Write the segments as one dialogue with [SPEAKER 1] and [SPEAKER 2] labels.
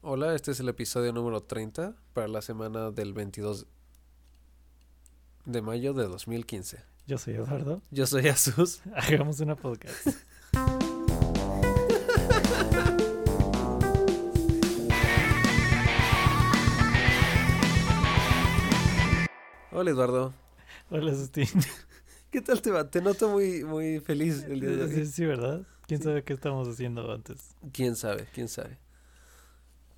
[SPEAKER 1] Hola, este es el episodio número 30 para la semana del 22 de mayo de 2015.
[SPEAKER 2] Yo soy Eduardo.
[SPEAKER 1] Yo soy Asus.
[SPEAKER 2] Hagamos una podcast.
[SPEAKER 1] Hola, Eduardo.
[SPEAKER 2] Hola, Sustín.
[SPEAKER 1] ¿Qué tal te va? Te noto muy, muy feliz el día de
[SPEAKER 2] Sí,
[SPEAKER 1] hoy.
[SPEAKER 2] sí, ¿verdad? ¿Quién
[SPEAKER 1] Sí.
[SPEAKER 2] sabe qué estamos haciendo antes?
[SPEAKER 1] ¿Quién sabe? ¿Quién sabe?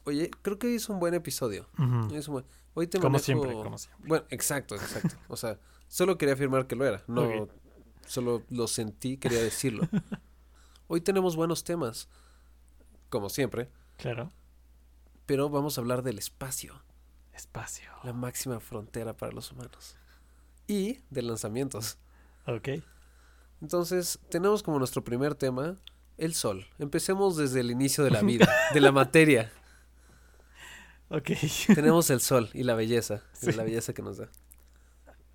[SPEAKER 1] Oye, creo que hoy es un buen episodio. Hoy,
[SPEAKER 2] Ujú.
[SPEAKER 1] es un buen- hoy te
[SPEAKER 2] Mm. Como
[SPEAKER 1] manejo-
[SPEAKER 2] siempre, como siempre.
[SPEAKER 1] Bueno, exacto, exacto. O sea, solo quería afirmar que lo era. No,
[SPEAKER 2] Ok.
[SPEAKER 1] solo lo sentí, quería decirlo. Hoy tenemos buenos temas, como siempre,
[SPEAKER 2] Claro.
[SPEAKER 1] pero vamos a hablar del espacio,
[SPEAKER 2] Espacio.
[SPEAKER 1] la máxima frontera para los humanos. Y de lanzamientos.
[SPEAKER 2] Ok.
[SPEAKER 1] Entonces, tenemos como nuestro primer tema el sol. Empecemos desde el inicio de la vida, de la materia.
[SPEAKER 2] Ok.
[SPEAKER 1] Tenemos el sol y la belleza, y
[SPEAKER 2] Sí.
[SPEAKER 1] la belleza que nos da.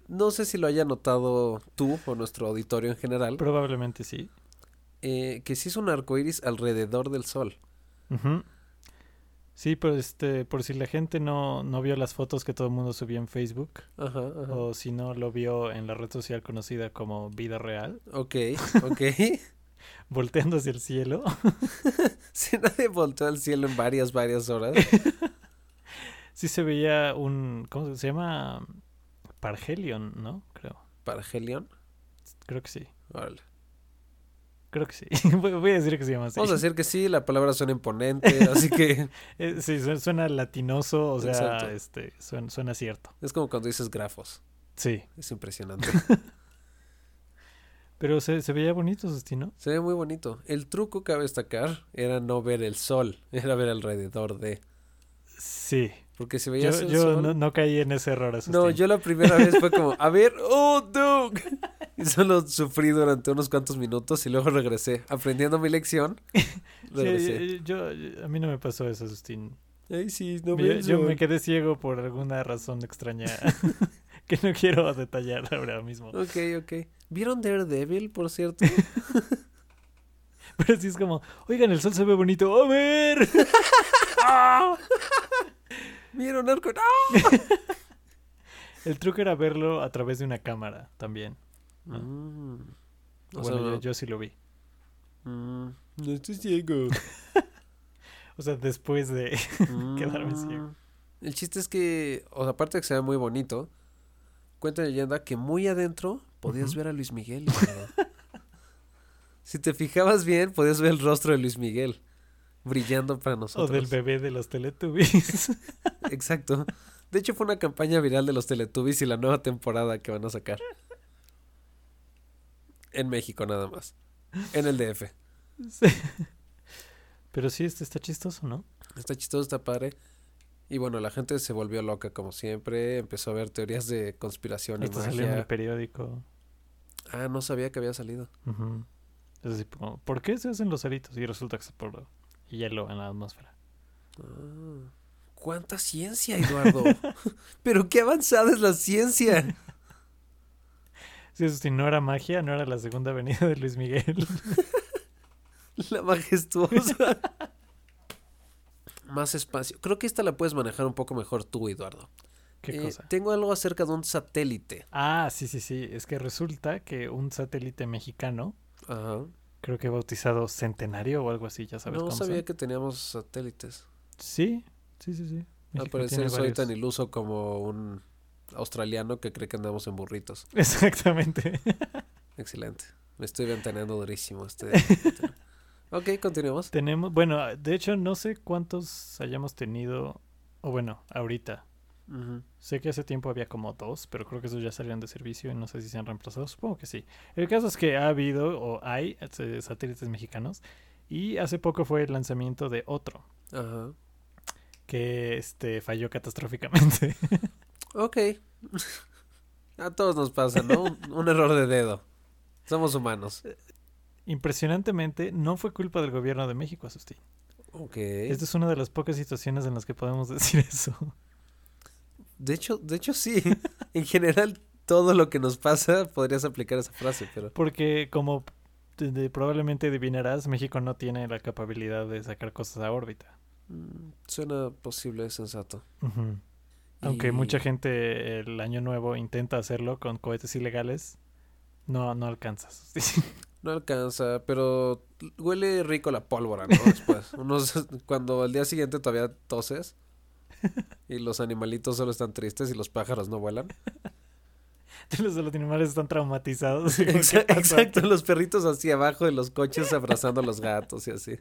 [SPEAKER 1] No sé si lo haya notado tú o nuestro auditorio en general,
[SPEAKER 2] Probablemente sí.
[SPEAKER 1] eh, que sí es un arco iris alrededor del sol.
[SPEAKER 2] Ujú. Sí, pero este, por si la gente no, no vio las fotos que todo el mundo subía en Facebook,
[SPEAKER 1] Ajá, ajá.
[SPEAKER 2] o si no lo vio en la red social conocida como Vida Real,
[SPEAKER 1] Ok, ok.
[SPEAKER 2] volteando hacia el cielo,
[SPEAKER 1] si nadie volteó al cielo en varias, varias horas.
[SPEAKER 2] sí se veía un, ¿cómo se llama? Pargelion, ¿no? Creo.
[SPEAKER 1] Para Helion.
[SPEAKER 2] Creo que sí.
[SPEAKER 1] Órale.
[SPEAKER 2] Creo que sí. Voy voy a decir que se llama así.
[SPEAKER 1] Vamos a decir que sí, la palabra suena imponente, así que
[SPEAKER 2] Eh, sí, suena, suena latinoso, o sea,
[SPEAKER 1] Exacto.
[SPEAKER 2] este, suena, suena cierto.
[SPEAKER 1] es como cuando dices grafos.
[SPEAKER 2] Sí.
[SPEAKER 1] Es impresionante.
[SPEAKER 2] Pero se, se veía bonito, Susti, ¿no?
[SPEAKER 1] Se ve muy bonito. El truco, cabe destacar, era no ver el sol, era ver alrededor de.
[SPEAKER 2] Sí.
[SPEAKER 1] Porque si
[SPEAKER 2] Yo,
[SPEAKER 1] veías el
[SPEAKER 2] yo
[SPEAKER 1] sol.
[SPEAKER 2] no, no caí en ese error, Susti.
[SPEAKER 1] No, yo la primera vez fue como, a ver, oh, no. Y solo sufrí durante unos cuantos minutos y luego regresé. Aprendiendo mi lección, regresé.
[SPEAKER 2] Sí, eh, yo- yo- a mí no me pasó eso, Sustín.
[SPEAKER 1] Ay, sí, no
[SPEAKER 2] Yo,
[SPEAKER 1] me
[SPEAKER 2] yo me quedé ciego por alguna razón extraña que no quiero detallar ahora mismo.
[SPEAKER 1] Ok, ok. ¿Vieron Daredevil, por cierto?
[SPEAKER 2] Pero sí es como, oigan, el sol se ve bonito. ¡A ver! ¡Ah!
[SPEAKER 1] ¿Vieron Arco? ¡Ah!
[SPEAKER 2] El truco era verlo a través de una cámara también. Ah.
[SPEAKER 1] Mm. O sea,
[SPEAKER 2] Bueno, yo- yo sí lo vi.
[SPEAKER 1] mm, no estoy ciego.
[SPEAKER 2] O sea, después de... Quedarme
[SPEAKER 1] Mm.
[SPEAKER 2] ciego.
[SPEAKER 1] El chiste es que, o sea, aparte de que se ve muy bonito, cuenta la leyenda que muy adentro podías
[SPEAKER 2] Ujú.
[SPEAKER 1] ver a Luis Miguel. Eduardo. si te fijabas bien, podías ver el rostro de Luis Miguel brillando para
[SPEAKER 2] O
[SPEAKER 1] nosotros.
[SPEAKER 2] del bebé de los Teletubbies.
[SPEAKER 1] Exacto. De hecho, fue una campaña viral de los Teletubbies y la nueva temporada que van a sacar. En México, nada más. En el DF.
[SPEAKER 2] Sí. Pero sí, este está chistoso, ¿no?
[SPEAKER 1] Está chistoso, está padre. Y bueno, la gente se volvió loca, como siempre. Empezó a ver teorías de conspiración y
[SPEAKER 2] Esto salió en el
[SPEAKER 1] magia.
[SPEAKER 2] periódico.
[SPEAKER 1] Ah, no sabía que había salido.
[SPEAKER 2] Ujú. Es así como, ¿por qué se hacen los aritos? Y resulta que es por hielo en la atmósfera.
[SPEAKER 1] Ah. ¿Cuánta ciencia, Eduardo? Pero qué avanzada es la ciencia.
[SPEAKER 2] Sí, eso sí, no era magia, no era la segunda avenida de Luis Miguel.
[SPEAKER 1] La majestuosa. Más espacio. Creo que esta la puedes manejar un poco mejor tú, Eduardo.
[SPEAKER 2] ¿Qué
[SPEAKER 1] Eh,
[SPEAKER 2] cosa?
[SPEAKER 1] Tengo algo acerca de un satélite.
[SPEAKER 2] Ah, sí, sí, sí. Es que resulta que un satélite mexicano,
[SPEAKER 1] Ajá.
[SPEAKER 2] creo que bautizado Centenario o algo así, ya sabes
[SPEAKER 1] No
[SPEAKER 2] cómo
[SPEAKER 1] sabía
[SPEAKER 2] son.
[SPEAKER 1] que teníamos satélites.
[SPEAKER 2] Sí, sí, sí,
[SPEAKER 1] Al
[SPEAKER 2] sí. México tiene
[SPEAKER 1] parecer soy
[SPEAKER 2] varios.
[SPEAKER 1] tan iluso como un australiano que cree que andamos en burritos.
[SPEAKER 2] Exactamente.
[SPEAKER 1] Excelente. Me estoy ventaneando durísimo este. este- ok, continuemos.
[SPEAKER 2] Tenemos, bueno, ah, de hecho no sé cuántos hayamos tenido, o bueno, ahorita.
[SPEAKER 1] Ujú.
[SPEAKER 2] Sé que hace tiempo había como dos, pero creo que esos ya salieron de servicio y no sé si se han reemplazado. Supongo que sí. El caso es que ha habido o hay eh, satélites mexicanos y hace poco fue el lanzamiento de otro
[SPEAKER 1] Ajá.
[SPEAKER 2] que este falló catastróficamente.
[SPEAKER 1] Ok. A todos nos pasa, ¿no? Un, un error de dedo. Somos humanos.
[SPEAKER 2] Impresionantemente no fue culpa del gobierno de México, Asustín.
[SPEAKER 1] Ok.
[SPEAKER 2] Esta es una de las pocas situaciones en las que podemos decir eso.
[SPEAKER 1] De hecho, de hecho sí. En general, todo lo que nos pasa podrías aplicar esa frase, pero.
[SPEAKER 2] Porque como te- te- probablemente adivinarás, México no tiene la capacidad de sacar cosas a órbita.
[SPEAKER 1] mm, Suena posible, sensato.
[SPEAKER 2] Ujú. Aunque
[SPEAKER 1] Y-
[SPEAKER 2] mucha gente el año nuevo intenta hacerlo con cohetes ilegales, no, no alcanzas.
[SPEAKER 1] No alcanza, pero huele rico la pólvora, ¿no? Después, unos, cuando al día siguiente todavía toses y los animalitos solo están tristes y los pájaros no vuelan.
[SPEAKER 2] Los de los animales están traumatizados. y como,
[SPEAKER 1] Exa-
[SPEAKER 2] ¿qué pasó?
[SPEAKER 1] Exacto, los perritos hacia abajo de los coches abrazando a los gatos y así.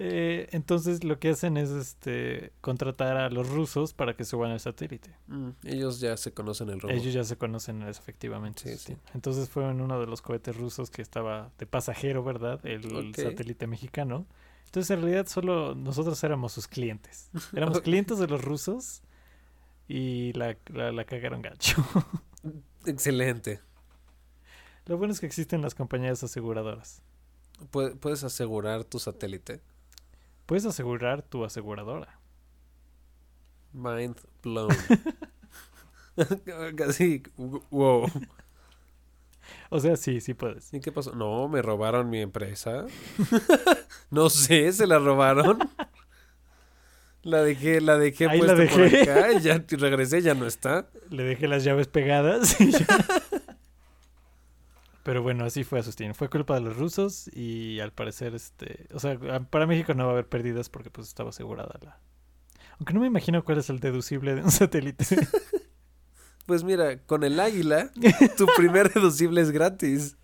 [SPEAKER 2] Eh, entonces lo que hacen es este contratar a los rusos para que suban al satélite.
[SPEAKER 1] Mm, ellos ya se conocen el rumbo.
[SPEAKER 2] Ellos ya se conocen eso, efectivamente.
[SPEAKER 1] Sí,
[SPEAKER 2] sí. Entonces fueron uno de los cohetes rusos que estaba de pasajero, ¿verdad? El
[SPEAKER 1] Ok.
[SPEAKER 2] satélite mexicano. Entonces en realidad solo nosotros éramos sus clientes. Éramos
[SPEAKER 1] Ok.
[SPEAKER 2] clientes de los rusos y la, la, la cagaron gacho.
[SPEAKER 1] Excelente.
[SPEAKER 2] Lo bueno es que existen las compañías aseguradoras.
[SPEAKER 1] Pue- Puedes asegurar tu satélite.
[SPEAKER 2] Puedes asegurar tu aseguradora.
[SPEAKER 1] Mind blown. Casi, wow.
[SPEAKER 2] O sea, sí, sí puedes.
[SPEAKER 1] ¿Y qué pasó? No, me robaron mi empresa. no sé, se la robaron. La dejé, la dejé
[SPEAKER 2] Ahí la
[SPEAKER 1] puesta
[SPEAKER 2] dejé.
[SPEAKER 1] por acá, y ya y regresé, ya no está.
[SPEAKER 2] Le dejé las llaves pegadas. y ya. Pero bueno, así fue Asustín. Fue culpa de los rusos y al parecer, este, o sea, a- para México no va a haber pérdidas porque pues estaba asegurada la. Aunque no me imagino cuál es el deducible de un satélite.
[SPEAKER 1] Pues mira, con el águila, tu primer deducible es gratis.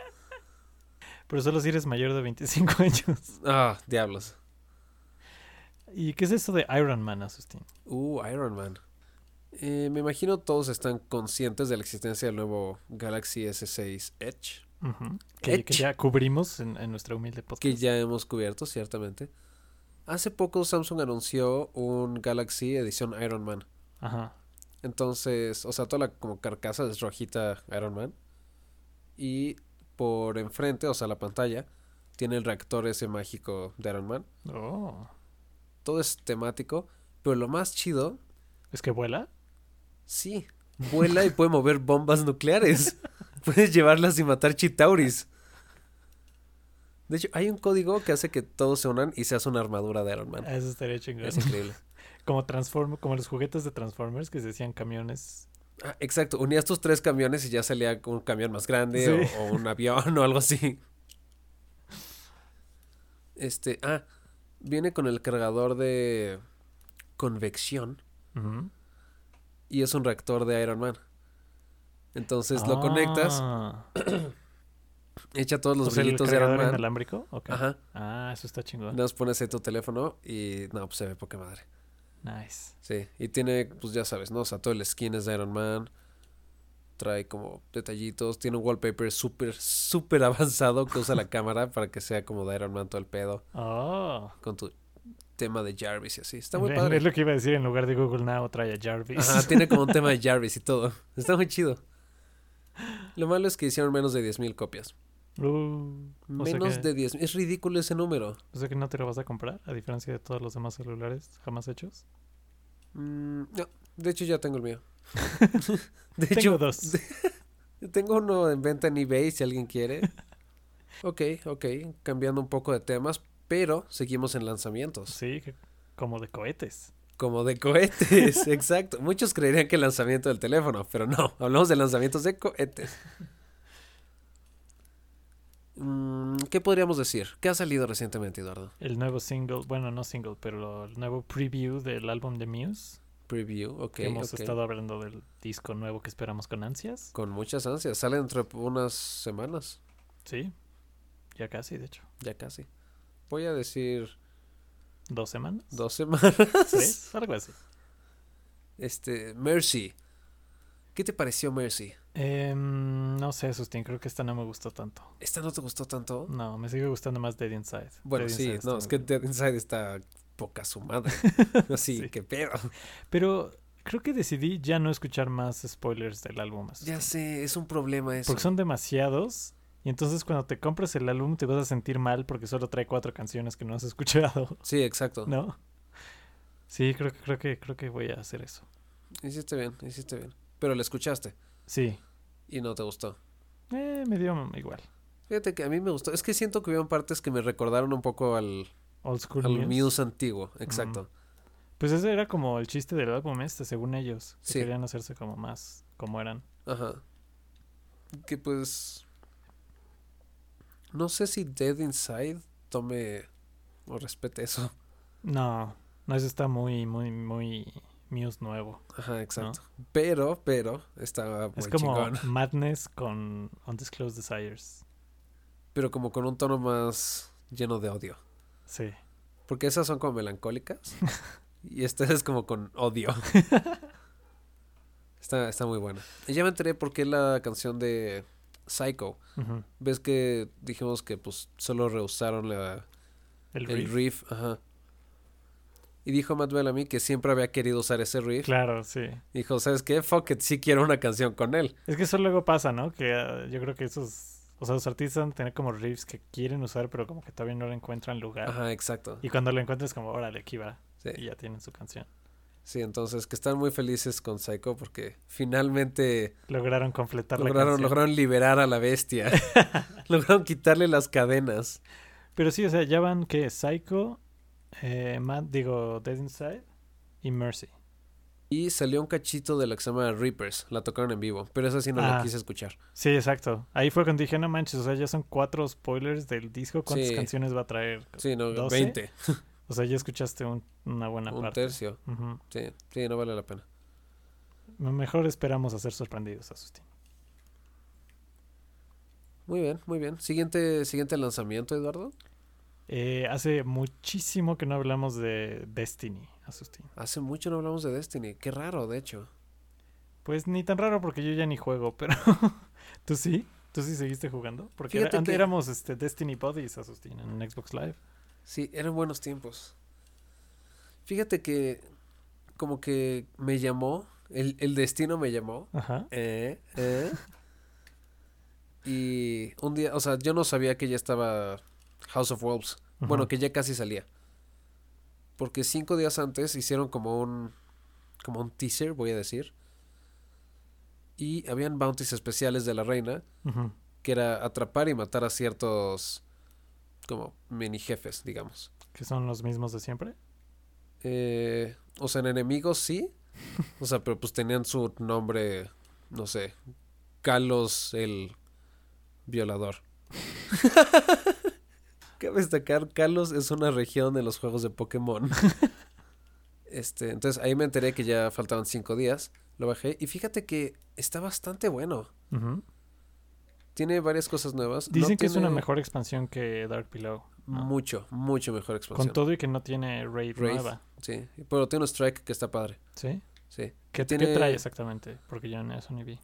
[SPEAKER 2] Pero solo si eres mayor de 25 años.
[SPEAKER 1] Ah, diablos.
[SPEAKER 2] ¿Y qué es eso de Iron Man, Asustín?
[SPEAKER 1] Uh, Iron Man. Eh, me imagino todos están conscientes de la existencia del nuevo Galaxy S6 Edge,
[SPEAKER 2] Ujú. que, que
[SPEAKER 1] Ech.
[SPEAKER 2] ya cubrimos en, en nuestra humilde podcast.
[SPEAKER 1] que ya hemos cubierto, ciertamente. Hace poco Samsung anunció un Galaxy edición Iron Man.
[SPEAKER 2] Ajá.
[SPEAKER 1] Entonces, o sea, toda la como carcasa es rojita Iron Man. Y por enfrente, o sea, la pantalla, tiene el reactor ese mágico de Iron Man.
[SPEAKER 2] Oh.
[SPEAKER 1] Todo es temático, pero lo más chido,
[SPEAKER 2] ¿Es que vuela?
[SPEAKER 1] sí, vuela y puede mover bombas nucleares. Puedes llevarlas y matar Chitauris. De hecho, hay un código que hace que todos se unan y se hace una armadura de Iron Man.
[SPEAKER 2] Ah, Eso estaría chingón.
[SPEAKER 1] Es increíble.
[SPEAKER 2] Como transform, como los juguetes de Transformers que se decían camiones
[SPEAKER 1] Ah, exacto, unías tus tres camiones y ya salía un camión más grande o-
[SPEAKER 2] Sí.
[SPEAKER 1] o, un avión o algo así. Este, ah, viene con el cargador de convección
[SPEAKER 2] Ujú.
[SPEAKER 1] y es un reactor de Iron Man. Entonces lo conectas,
[SPEAKER 2] Ah.
[SPEAKER 1] echa todos los
[SPEAKER 2] O sea, el
[SPEAKER 1] brillitos de Iron
[SPEAKER 2] cargador
[SPEAKER 1] Man.
[SPEAKER 2] inalámbrico? Ok.
[SPEAKER 1] Ajá,
[SPEAKER 2] Ah, eso está chingón.
[SPEAKER 1] nada más pones ahí tu teléfono y no, pues se ve poca madre.
[SPEAKER 2] Nice.
[SPEAKER 1] Sí, y tiene, pues ya sabes, ¿no? O sea, todo el skin es de Iron Man. Trae como detallitos. Tiene un wallpaper súper, súper avanzado que usa la cámara para que sea como de Iron Man todo el pedo.
[SPEAKER 2] Oh.
[SPEAKER 1] Con tu tema de Jarvis y así. Está muy
[SPEAKER 2] Es-
[SPEAKER 1] padre.
[SPEAKER 2] Es lo que iba a decir en lugar de Google Now trae a Jarvis.
[SPEAKER 1] Ajá, tiene como un tema de Jarvis y todo. Está muy chido. Lo malo es que hicieron menos de 10.000 copias.
[SPEAKER 2] Uh, o sea
[SPEAKER 1] Menos
[SPEAKER 2] que-
[SPEAKER 1] de 10.000. Es ridículo ese número.
[SPEAKER 2] o sea que no te lo vas a comprar, a diferencia de todos los demás celulares jamás hechos.
[SPEAKER 1] Mm, no, de hecho ya tengo el mío. De
[SPEAKER 2] Tengo
[SPEAKER 1] hecho,
[SPEAKER 2] dos.
[SPEAKER 1] Tengo uno en venta en eBay si alguien quiere. ok, ok, cambiando un poco de temas, pero seguimos en lanzamientos.
[SPEAKER 2] Sí, que- como de cohetes.
[SPEAKER 1] Como de cohetes, exacto. Muchos creerían que el lanzamiento del teléfono, pero no, hablamos de lanzamientos de cohetes. Mm, ¿Qué podríamos decir? ¿Qué ha salido recientemente, Eduardo?
[SPEAKER 2] El nuevo single, bueno, no single, pero lo- el nuevo preview del álbum de Muse.
[SPEAKER 1] Preview, ok.
[SPEAKER 2] que hemos
[SPEAKER 1] ok.
[SPEAKER 2] estado hablando del disco nuevo que esperamos con ansias.
[SPEAKER 1] Con muchas ansias. Sale dentro de unas semanas,
[SPEAKER 2] Sí, ya casi, de hecho.
[SPEAKER 1] ya casi. Voy a decir
[SPEAKER 2] ¿Dos semanas?
[SPEAKER 1] dos semanas.
[SPEAKER 2] ¿Tres? Algo así.
[SPEAKER 1] Este, Mercy. ¿Qué te pareció Mercy?
[SPEAKER 2] Em, no sé, Sustin, creo que esta no me gustó tanto.
[SPEAKER 1] ¿Esta no te gustó tanto?
[SPEAKER 2] No, me sigue gustando más Dead Inside.
[SPEAKER 1] Bueno,
[SPEAKER 2] Dead
[SPEAKER 1] sí,
[SPEAKER 2] Inside está
[SPEAKER 1] no, es
[SPEAKER 2] muy
[SPEAKER 1] que
[SPEAKER 2] bien.
[SPEAKER 1] Dead Inside está poca su madre. Así,
[SPEAKER 2] Sí.
[SPEAKER 1] que pedo.
[SPEAKER 2] Pero creo que decidí ya no escuchar más spoilers del álbum. Asustín,
[SPEAKER 1] Ya sé, es un problema eso.
[SPEAKER 2] Porque son demasiados. Y entonces cuando te compras el álbum te vas a sentir mal porque solo trae cuatro canciones que no has escuchado,
[SPEAKER 1] Sí, exacto.
[SPEAKER 2] ¿no? Sí, creo que, creo que, creo que voy a hacer eso.
[SPEAKER 1] Hiciste bien, hiciste bien. Pero la escuchaste
[SPEAKER 2] Sí.
[SPEAKER 1] y no te gustó.
[SPEAKER 2] Eh, me dio igual.
[SPEAKER 1] Fíjate que a mí me gustó. Es que siento que hubieron partes que me recordaron un poco al
[SPEAKER 2] Old School
[SPEAKER 1] Al
[SPEAKER 2] Muse.
[SPEAKER 1] Muse antiguo,
[SPEAKER 2] Mm.
[SPEAKER 1] exacto.
[SPEAKER 2] Pues ese era como el chiste del álbum este, según ellos. que
[SPEAKER 1] Sí.
[SPEAKER 2] Querían hacerse como más como eran.
[SPEAKER 1] Ajá. Que pues. No sé si Dead Inside tome o respete eso.
[SPEAKER 2] No, no, eso está muy, muy, muy Muse nuevo.
[SPEAKER 1] Ajá, exacto. Pero, pero, está muy
[SPEAKER 2] es como
[SPEAKER 1] chingón.
[SPEAKER 2] Madness con Undisclosed Desires.
[SPEAKER 1] Pero como con un tono más lleno de odio.
[SPEAKER 2] Sí.
[SPEAKER 1] Porque esas son como melancólicas. y esta es como con odio. está, está muy buena. Y ya me enteré por qué la canción de Psycho.
[SPEAKER 2] Ujú.
[SPEAKER 1] Ves que dijimos que pues solo rehusaron la,
[SPEAKER 2] El,
[SPEAKER 1] el
[SPEAKER 2] riff.
[SPEAKER 1] riff, ajá. Y dijo Matt Bellamy que siempre había querido usar ese riff.
[SPEAKER 2] Claro, sí.
[SPEAKER 1] Dijo, ¿sabes qué? Fuck it, sí quiero una canción con él.
[SPEAKER 2] Es que eso luego pasa, ¿no? Que ah, yo creo que esos... O sea, los artistas van a tener como riffs que quieren usar, pero como que todavía no le encuentran lugar.
[SPEAKER 1] Ajá, exacto.
[SPEAKER 2] Y cuando lo encuentras como, órale, aquí va.
[SPEAKER 1] Sí.
[SPEAKER 2] Y ya tienen su canción.
[SPEAKER 1] Sí, entonces que están muy felices con Psycho porque finalmente
[SPEAKER 2] Lograron completar la
[SPEAKER 1] lograron,
[SPEAKER 2] canción.
[SPEAKER 1] lograron liberar a la bestia. lograron quitarle las cadenas.
[SPEAKER 2] Pero sí, o sea, ya van que Psycho, eh, Mad, digo, Dead Inside y Mercy.
[SPEAKER 1] Y salió un cachito de la que se llama Reapers. La tocaron en vivo, pero esa sí no
[SPEAKER 2] Ah.
[SPEAKER 1] la quise escuchar.
[SPEAKER 2] Sí, exacto. Ahí fue cuando dije, no manches, o sea, ya son cuatro spoilers del disco. ¿Cuántas
[SPEAKER 1] Sí.
[SPEAKER 2] canciones va a traer?
[SPEAKER 1] Sí, no,
[SPEAKER 2] ¿Doce?
[SPEAKER 1] 20,
[SPEAKER 2] O sea, ya escuchaste un- una buena
[SPEAKER 1] un
[SPEAKER 2] parte.
[SPEAKER 1] tercio.
[SPEAKER 2] Ujú.
[SPEAKER 1] Sí, sí, no vale la pena.
[SPEAKER 2] Mejor esperamos a ser sorprendidos, Asustín.
[SPEAKER 1] Muy bien, muy bien. Siguiente, siguiente lanzamiento, Eduardo.
[SPEAKER 2] Eh, hace muchísimo que no hablamos de Destiny, Asustín.
[SPEAKER 1] Hace mucho no hablamos de Destiny. Qué raro, de hecho.
[SPEAKER 2] Pues ni tan raro porque yo ya ni juego, pero tú sí, tú sí seguiste jugando. Porque era-
[SPEAKER 1] Fíjate
[SPEAKER 2] antes
[SPEAKER 1] que-
[SPEAKER 2] éramos este, Destiny Buddies, Asustín, en Xbox Live.
[SPEAKER 1] Sí, eran buenos tiempos. Fíjate que como que me llamó, el, el destino me llamó.
[SPEAKER 2] Ajá.
[SPEAKER 1] Eh, eh. Y un día, o sea, yo no sabía que ya estaba House of Wolves. Bueno,
[SPEAKER 2] Ujú.
[SPEAKER 1] que ya casi salía. Porque cinco días antes hicieron como un. como un teaser, voy a decir. Y habían bounties especiales de la reina.
[SPEAKER 2] Ujú.
[SPEAKER 1] que era atrapar y matar a ciertos como mini jefes, digamos.
[SPEAKER 2] Que son los mismos de siempre.
[SPEAKER 1] Eh, o sea, en enemigos sí, o sea, pero pues tenían su nombre, no sé, Carlos el violador. Cabe destacar, Carlos es una región de los juegos de Pokémon. Este, entonces ahí me enteré que ya faltaban cinco días, lo bajé y fíjate que está bastante bueno.
[SPEAKER 2] Ujú.
[SPEAKER 1] Tiene varias cosas nuevas. No
[SPEAKER 2] Dicen que es una
[SPEAKER 1] tiene
[SPEAKER 2] mejor expansión que Dark Below. ¿no?
[SPEAKER 1] Mucho, mucho mejor expansión.
[SPEAKER 2] Con todo y que no tiene raid,
[SPEAKER 1] Wraith,
[SPEAKER 2] nueva.
[SPEAKER 1] Sí, pero tiene un strike que está padre.
[SPEAKER 2] ¿Sí?
[SPEAKER 1] Sí.
[SPEAKER 2] ¿Qué, qué
[SPEAKER 1] tiene-
[SPEAKER 2] trae exactamente? Porque yo en eso ni vi.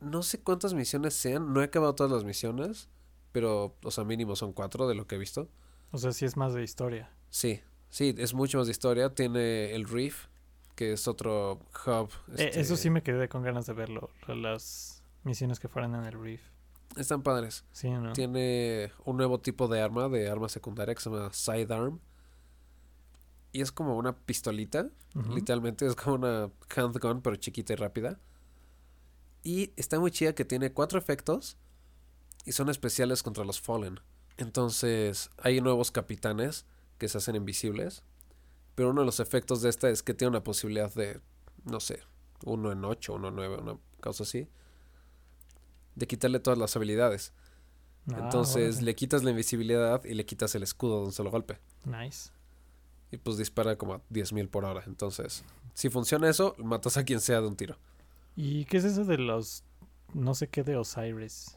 [SPEAKER 1] No sé cuántas misiones sean, no he acabado todas las misiones, pero, o sea, mínimo son cuatro de lo que he visto.
[SPEAKER 2] O sea, sí es más de historia.
[SPEAKER 1] Sí, sí, es mucho más de historia. Tiene el Reef, que es otro hub.
[SPEAKER 2] Eh,
[SPEAKER 1] este,
[SPEAKER 2] eso sí me quedé con ganas de verlo. lo- Las misiones que fueran en el Reef.
[SPEAKER 1] Están padres.
[SPEAKER 2] Sí, ¿no?
[SPEAKER 1] Tiene un nuevo tipo de arma, de arma secundaria, que se llama Sidearm. Y es como una pistolita.
[SPEAKER 2] Ujú.
[SPEAKER 1] Literalmente es como una handgun, pero chiquita y rápida. Y está muy chida que tiene cuatro efectos y son especiales contra los Fallen. Entonces, hay nuevos capitanes que se hacen invisibles. Pero uno de los efectos de esta es que tiene una posibilidad de, no sé, uno en 8, uno en 9, una cosa así. De quitarle todas las habilidades.
[SPEAKER 2] Ah,
[SPEAKER 1] Entonces,
[SPEAKER 2] órale.
[SPEAKER 1] le quitas la invisibilidad y le quitas el escudo de un solo golpe.
[SPEAKER 2] Nice.
[SPEAKER 1] Y pues dispara como a 10.000 por hora. Entonces, si funciona eso, matas a quien sea de un tiro.
[SPEAKER 2] ¿Y qué es eso de los... No sé qué de
[SPEAKER 1] Ajá,
[SPEAKER 2] Osiris?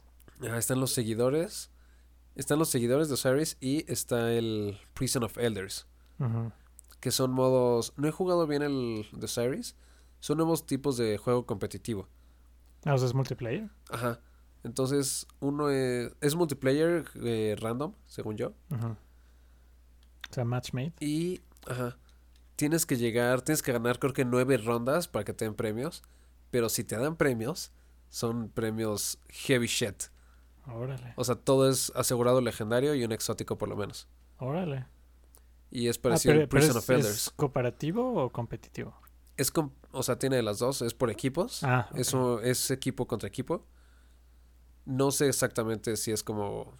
[SPEAKER 1] Ah, están los seguidores. Están los seguidores de Osiris y está el Prison of Elders.
[SPEAKER 2] Ujú.
[SPEAKER 1] Que son modos. No he jugado bien el de Osiris. Son nuevos tipos de juego competitivo.
[SPEAKER 2] Ah, o sea, es multiplayer.
[SPEAKER 1] Ajá. Entonces, uno es, es multiplayer eh, random, según yo.
[SPEAKER 2] Ujú. O sea, match made.
[SPEAKER 1] Y, ajá, tienes que llegar, tienes que ganar creo que nueve rondas para que te den premios, pero si te dan premios, son premios heavy shit.
[SPEAKER 2] Órale.
[SPEAKER 1] O sea, todo es asegurado legendario y un exótico por lo menos.
[SPEAKER 2] Órale.
[SPEAKER 1] Y es
[SPEAKER 2] Ah,
[SPEAKER 1] parecido al
[SPEAKER 2] pero- pero
[SPEAKER 1] Prison
[SPEAKER 2] es-
[SPEAKER 1] of Elders.
[SPEAKER 2] ¿Es
[SPEAKER 1] Es,
[SPEAKER 2] cooperativo o competitivo?
[SPEAKER 1] com- o sea, tiene de las dos, es por equipos.
[SPEAKER 2] Ah, ok.
[SPEAKER 1] Eso es equipo contra equipo. No sé exactamente si es como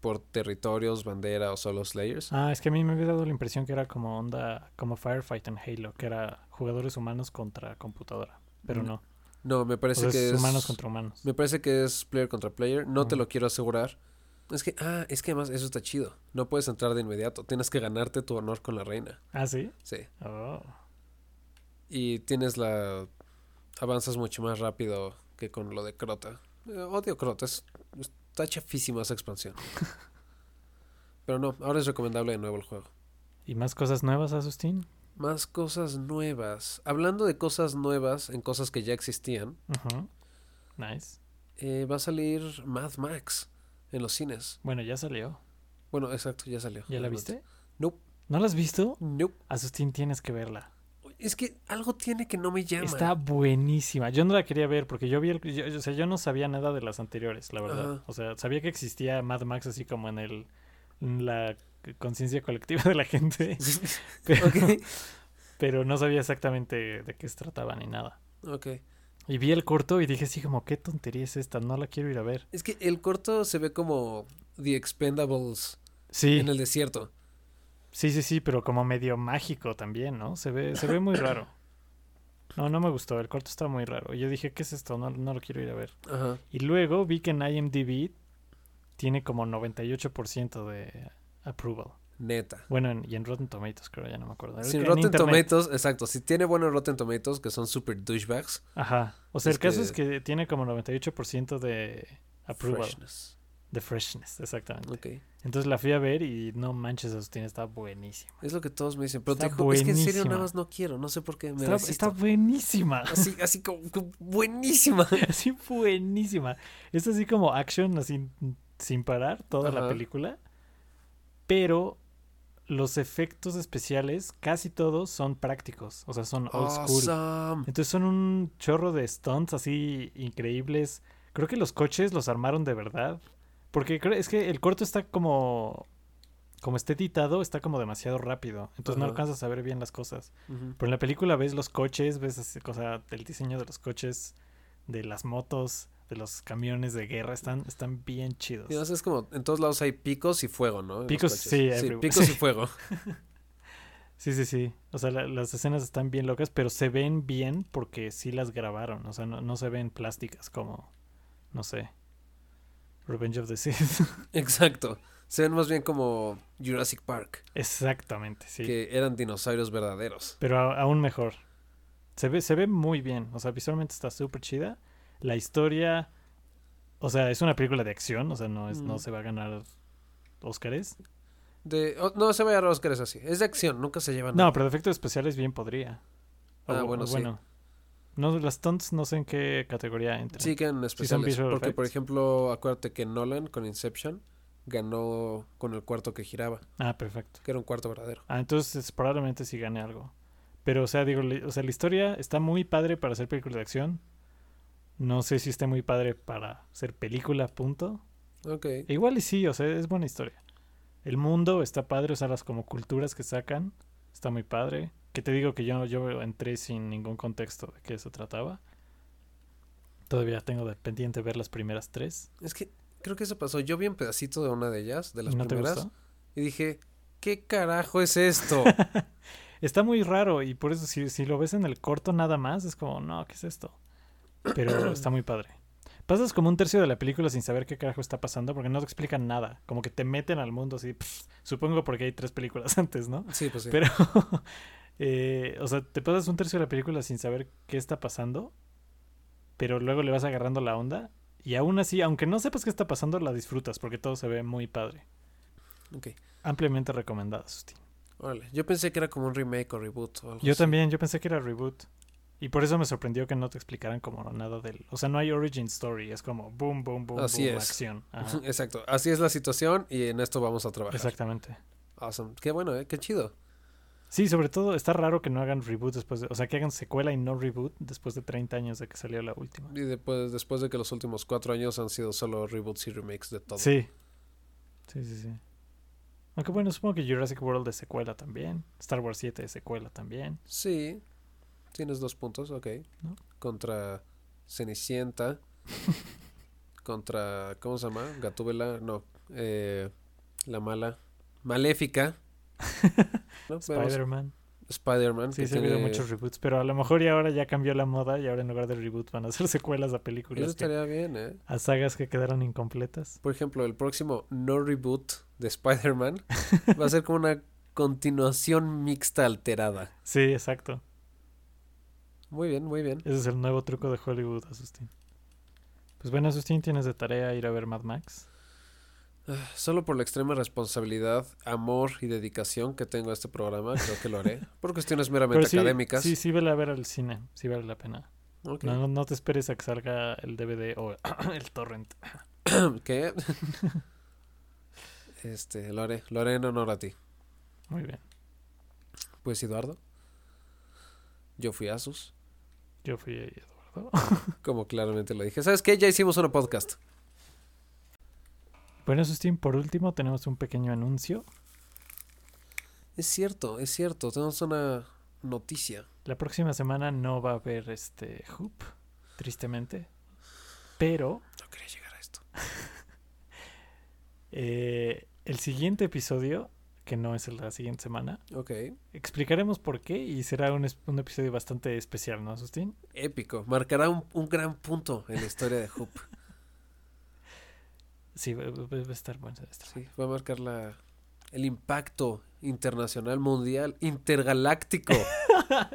[SPEAKER 1] por territorios, bandera o solo Slayers.
[SPEAKER 2] Ah, es que a mí me había dado la impresión que era como onda, como Firefight en Halo, que era jugadores humanos contra computadora, pero
[SPEAKER 1] Mm,
[SPEAKER 2] no.
[SPEAKER 1] No, me
[SPEAKER 2] O
[SPEAKER 1] parece
[SPEAKER 2] sea,
[SPEAKER 1] que
[SPEAKER 2] es
[SPEAKER 1] es.
[SPEAKER 2] humanos contra humanos.
[SPEAKER 1] Me parece que es player contra player. No te
[SPEAKER 2] Ujú.
[SPEAKER 1] lo quiero asegurar. Es que, ah, es que además eso está chido. No puedes entrar de inmediato. Tienes que ganarte tu honor con la reina.
[SPEAKER 2] Ah, sí.
[SPEAKER 1] Sí.
[SPEAKER 2] Oh.
[SPEAKER 1] Y tienes la. Avanzas mucho más rápido que con lo de Crota. Eh, odio Crota, es- está chafísima esa expansión. Pero no, ahora es recomendable de nuevo el juego.
[SPEAKER 2] ¿Y más cosas nuevas, Asustín?
[SPEAKER 1] Más cosas nuevas. Hablando de cosas nuevas en cosas que ya existían,
[SPEAKER 2] Ujú. Nice.
[SPEAKER 1] eh, va a salir Mad Max en los cines.
[SPEAKER 2] Bueno, ya salió.
[SPEAKER 1] Bueno, exacto, ya salió.
[SPEAKER 2] ¿Ya la
[SPEAKER 1] Mad Max.
[SPEAKER 2] viste?
[SPEAKER 1] Nope.
[SPEAKER 2] ¿No la has visto?
[SPEAKER 1] Nope.
[SPEAKER 2] Asustín, tienes que verla.
[SPEAKER 1] Es que algo tiene que no me llama.
[SPEAKER 2] Está buenísima. Yo no la quería ver porque yo vi el, yo- yo- o sea, yo no sabía nada de las anteriores, la verdad.
[SPEAKER 1] Ajá.
[SPEAKER 2] O sea, sabía que existía Mad Max así como en el en la conciencia colectiva de la gente, pero,
[SPEAKER 1] ok.
[SPEAKER 2] pero no sabía exactamente de qué se trataba ni nada.
[SPEAKER 1] Ok.
[SPEAKER 2] Y vi el corto y dije así como qué tontería es esta, no la quiero ir a ver.
[SPEAKER 1] Es que el corto se ve como The Expendables
[SPEAKER 2] Sí,
[SPEAKER 1] en el desierto.
[SPEAKER 2] sí, sí, sí, pero como medio mágico también, ¿no? Se ve, se ve muy raro. No, no me gustó, el corto está muy raro. Y yo dije, ¿qué es esto? No, no lo quiero ir a ver.
[SPEAKER 1] Ajá.
[SPEAKER 2] Y luego vi que en IMDb tiene como 98% de approval.
[SPEAKER 1] Neta.
[SPEAKER 2] Bueno, en- y en Rotten Tomatoes, creo, ya no me acuerdo.
[SPEAKER 1] Sin
[SPEAKER 2] En
[SPEAKER 1] Rotten
[SPEAKER 2] internet.
[SPEAKER 1] Tomatoes, exacto. Si tiene buenos Rotten Tomatoes, que son super douchebags.
[SPEAKER 2] Ajá. O sea,
[SPEAKER 1] Es
[SPEAKER 2] el caso
[SPEAKER 1] que-
[SPEAKER 2] es que tiene como 98% de approval.
[SPEAKER 1] Freshness.
[SPEAKER 2] De freshness, exactamente.
[SPEAKER 1] Ok.
[SPEAKER 2] Entonces la fui a ver y no manches, Asustín, está buenísima.
[SPEAKER 1] Es lo que todos me dicen. Pero te
[SPEAKER 2] Está
[SPEAKER 1] ju- es que en serio
[SPEAKER 2] buenísima.
[SPEAKER 1] nada más no quiero. No sé por qué me
[SPEAKER 2] Está,
[SPEAKER 1] resisto.
[SPEAKER 2] está buenísima.
[SPEAKER 1] Así, así como como buenísima.
[SPEAKER 2] Así buenísima. Es así como action, así sin parar, toda la
[SPEAKER 1] Ajá.
[SPEAKER 2] película. Pero los efectos especiales, casi todos, son prácticos. O sea, son old
[SPEAKER 1] Ah,
[SPEAKER 2] school.
[SPEAKER 1] Awesome.
[SPEAKER 2] Entonces son un chorro de stunts así increíbles. Creo que los coches los armaron de verdad. Porque creo- es que el corto está como. Como está editado, está como demasiado rápido. Entonces no
[SPEAKER 1] Ajá.
[SPEAKER 2] alcanzas a ver bien las cosas.
[SPEAKER 1] Ujú.
[SPEAKER 2] Pero en la película ves los coches, ves así, o sea, el diseño de los coches, de las motos, de los camiones de guerra, están, están bien chidos.
[SPEAKER 1] Y además es como, en todos lados hay picos y fuego, ¿no? En los
[SPEAKER 2] Picos,
[SPEAKER 1] coches.
[SPEAKER 2] sí, everywhere.
[SPEAKER 1] picos y fuego.
[SPEAKER 2] Sí, sí, sí. O sea, la- las escenas están bien locas, pero se ven bien porque sí las grabaron. O sea, no, no se ven plásticas como, no sé, Revenge of the Sith.
[SPEAKER 1] Exacto. Se ven más bien como Jurassic Park,
[SPEAKER 2] Exactamente, sí.
[SPEAKER 1] que eran dinosaurios verdaderos.
[SPEAKER 2] Pero a- aún mejor. Se ve, se ve muy bien. O sea, visualmente está súper chida. La historia. O sea, es una película de acción. O sea, no, es, no
[SPEAKER 1] Mm.
[SPEAKER 2] se va a ganar Óscares.
[SPEAKER 1] De, oh, no se vaya a ganar Oscar, es así. Es de acción, nunca se llevan.
[SPEAKER 2] No, pero de efectos especiales bien podría. O-
[SPEAKER 1] Ah,
[SPEAKER 2] o-
[SPEAKER 1] bueno, sí.
[SPEAKER 2] No, las stunts no sé en qué categoría entran.
[SPEAKER 1] Sí, que en especiales.
[SPEAKER 2] visual
[SPEAKER 1] porque, por
[SPEAKER 2] effects.
[SPEAKER 1] ejemplo, acuérdate que Nolan con Inception ganó con el cuarto que giraba,
[SPEAKER 2] Ah, perfecto.
[SPEAKER 1] que era un cuarto verdadero.
[SPEAKER 2] Ah, entonces probablemente sí gane algo. Pero, o sea, digo, le- o sea, la historia está muy padre para ser película de acción. No sé si esté muy padre para ser película, punto.
[SPEAKER 1] Ok.
[SPEAKER 2] E Igual y sí, o sea, es buena historia. El mundo está padre, o sea, las como culturas que sacan, está muy padre. Que te digo que yo, yo entré sin ningún contexto de qué se trataba. Todavía tengo de pendiente ver las primeras tres.
[SPEAKER 1] Es que creo que eso pasó. Yo vi un pedacito de una de ellas, de las
[SPEAKER 2] ¿No
[SPEAKER 1] primeras,
[SPEAKER 2] te gustó?
[SPEAKER 1] y dije, ¿qué carajo es esto?
[SPEAKER 2] Está muy raro y por eso si, si lo ves en el corto nada más es como, no, ¿qué es esto? Pero está muy padre. Pasas como un tercio de la película sin saber qué carajo está pasando porque no te explican nada. Como que te meten al mundo así, pff, supongo porque hay tres películas antes, ¿no?
[SPEAKER 1] sí, pues sí.
[SPEAKER 2] Pero, eh, o sea, te pasas un tercio de la película sin saber qué está pasando, pero luego le vas agarrando la onda y aún así, aunque no sepas qué está pasando, la disfrutas porque todo se ve muy padre.
[SPEAKER 1] Ok. Pues
[SPEAKER 2] Ampliamente recomendada, Sustin.
[SPEAKER 1] Órale. Yo pensé que era como un remake o reboot o algo
[SPEAKER 2] Yo
[SPEAKER 1] así.
[SPEAKER 2] también, yo pensé que era reboot. Y por eso me sorprendió que no te explicaran como nada del... O sea, no hay origin story, es como boom, boom, boom,
[SPEAKER 1] Así
[SPEAKER 2] boom,
[SPEAKER 1] es.
[SPEAKER 2] acción. Ajá,
[SPEAKER 1] Exacto. Así es la situación y en esto vamos a trabajar. Exacto.
[SPEAKER 2] exactamente.
[SPEAKER 1] Awesome. Qué bueno, ¿eh? Qué chido.
[SPEAKER 2] Sí, sobre todo está raro que no hagan reboot después de... O sea, que hagan secuela y no reboot después de 30 años de que salió la última.
[SPEAKER 1] Y después, después de que los últimos cuatro años han sido solo reboots y remakes de todo.
[SPEAKER 2] Sí. Sí, sí, sí. Aunque bueno, supongo que Jurassic World es secuela también. Star Wars 7 es secuela también.
[SPEAKER 1] Sí. Tienes dos puntos, ok.
[SPEAKER 2] ¿No?
[SPEAKER 1] Contra Cenicienta. contra. ¿Cómo se llama? Gatúbela. No. eh, la mala, maléfica. ¿no? Vemos
[SPEAKER 2] Spider-Man.
[SPEAKER 1] Spider-Man.
[SPEAKER 2] Sí,
[SPEAKER 1] que
[SPEAKER 2] se han habido
[SPEAKER 1] tiene-
[SPEAKER 2] muchos reboots, pero a lo mejor ya ahora ya cambió la moda y ahora en lugar de reboot van a hacer secuelas a
[SPEAKER 1] Eso
[SPEAKER 2] películas, que-
[SPEAKER 1] estaría bien, ¿eh?
[SPEAKER 2] a sagas que quedaron incompletas.
[SPEAKER 1] Por ejemplo, el próximo no reboot de Spider-Man va a ser como una continuación mixta alterada.
[SPEAKER 2] Sí, exacto.
[SPEAKER 1] Muy bien, muy bien.
[SPEAKER 2] Ese es el nuevo truco de Hollywood, Asustín. Pues bueno, Asustín, tienes de tarea ir a ver Mad Max.
[SPEAKER 1] Solo por la extrema responsabilidad, amor y dedicación que tengo a este programa, creo que lo haré. Por cuestiones meramente
[SPEAKER 2] Pero sí,
[SPEAKER 1] académicas.
[SPEAKER 2] sí, sí, vela a ver al cine. Sí vale la pena.
[SPEAKER 1] Ok.
[SPEAKER 2] No, no, no te esperes a que salga el DVD o el torrent.
[SPEAKER 1] ¿Qué? este, lo haré, lo haré en honor a ti.
[SPEAKER 2] Muy bien.
[SPEAKER 1] Pues Eduardo, yo fui Asus,
[SPEAKER 2] Yo fui Eduardo.
[SPEAKER 1] como claramente lo dije. ¿Sabes qué? Ya hicimos una podcast.
[SPEAKER 2] Bueno, Asustín, por último tenemos un pequeño anuncio.
[SPEAKER 1] Es cierto, es cierto, tenemos una noticia.
[SPEAKER 2] La próxima semana no va a haber este Hoop, tristemente. Pero
[SPEAKER 1] No quería llegar a esto.
[SPEAKER 2] eh, el siguiente episodio, que no es el de la siguiente semana,
[SPEAKER 1] Ok,
[SPEAKER 2] explicaremos por qué y será un, es- un episodio bastante especial, ¿no, Asustín?
[SPEAKER 1] épico. Marcará un, un gran punto en la historia de Hoop.
[SPEAKER 2] Sí, va, va- va a estar bueno. va a estar
[SPEAKER 1] Sí, va a marcar la, el impacto internacional, mundial, intergaláctico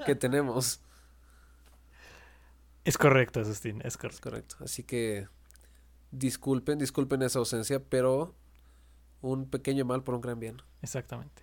[SPEAKER 1] que tenemos.
[SPEAKER 2] bueno. Es correcto, Asustín, es
[SPEAKER 1] Es
[SPEAKER 2] correcto.
[SPEAKER 1] correcto. Así que disculpen, disculpen esa ausencia, pero un pequeño mal por un gran bien.
[SPEAKER 2] Exactamente.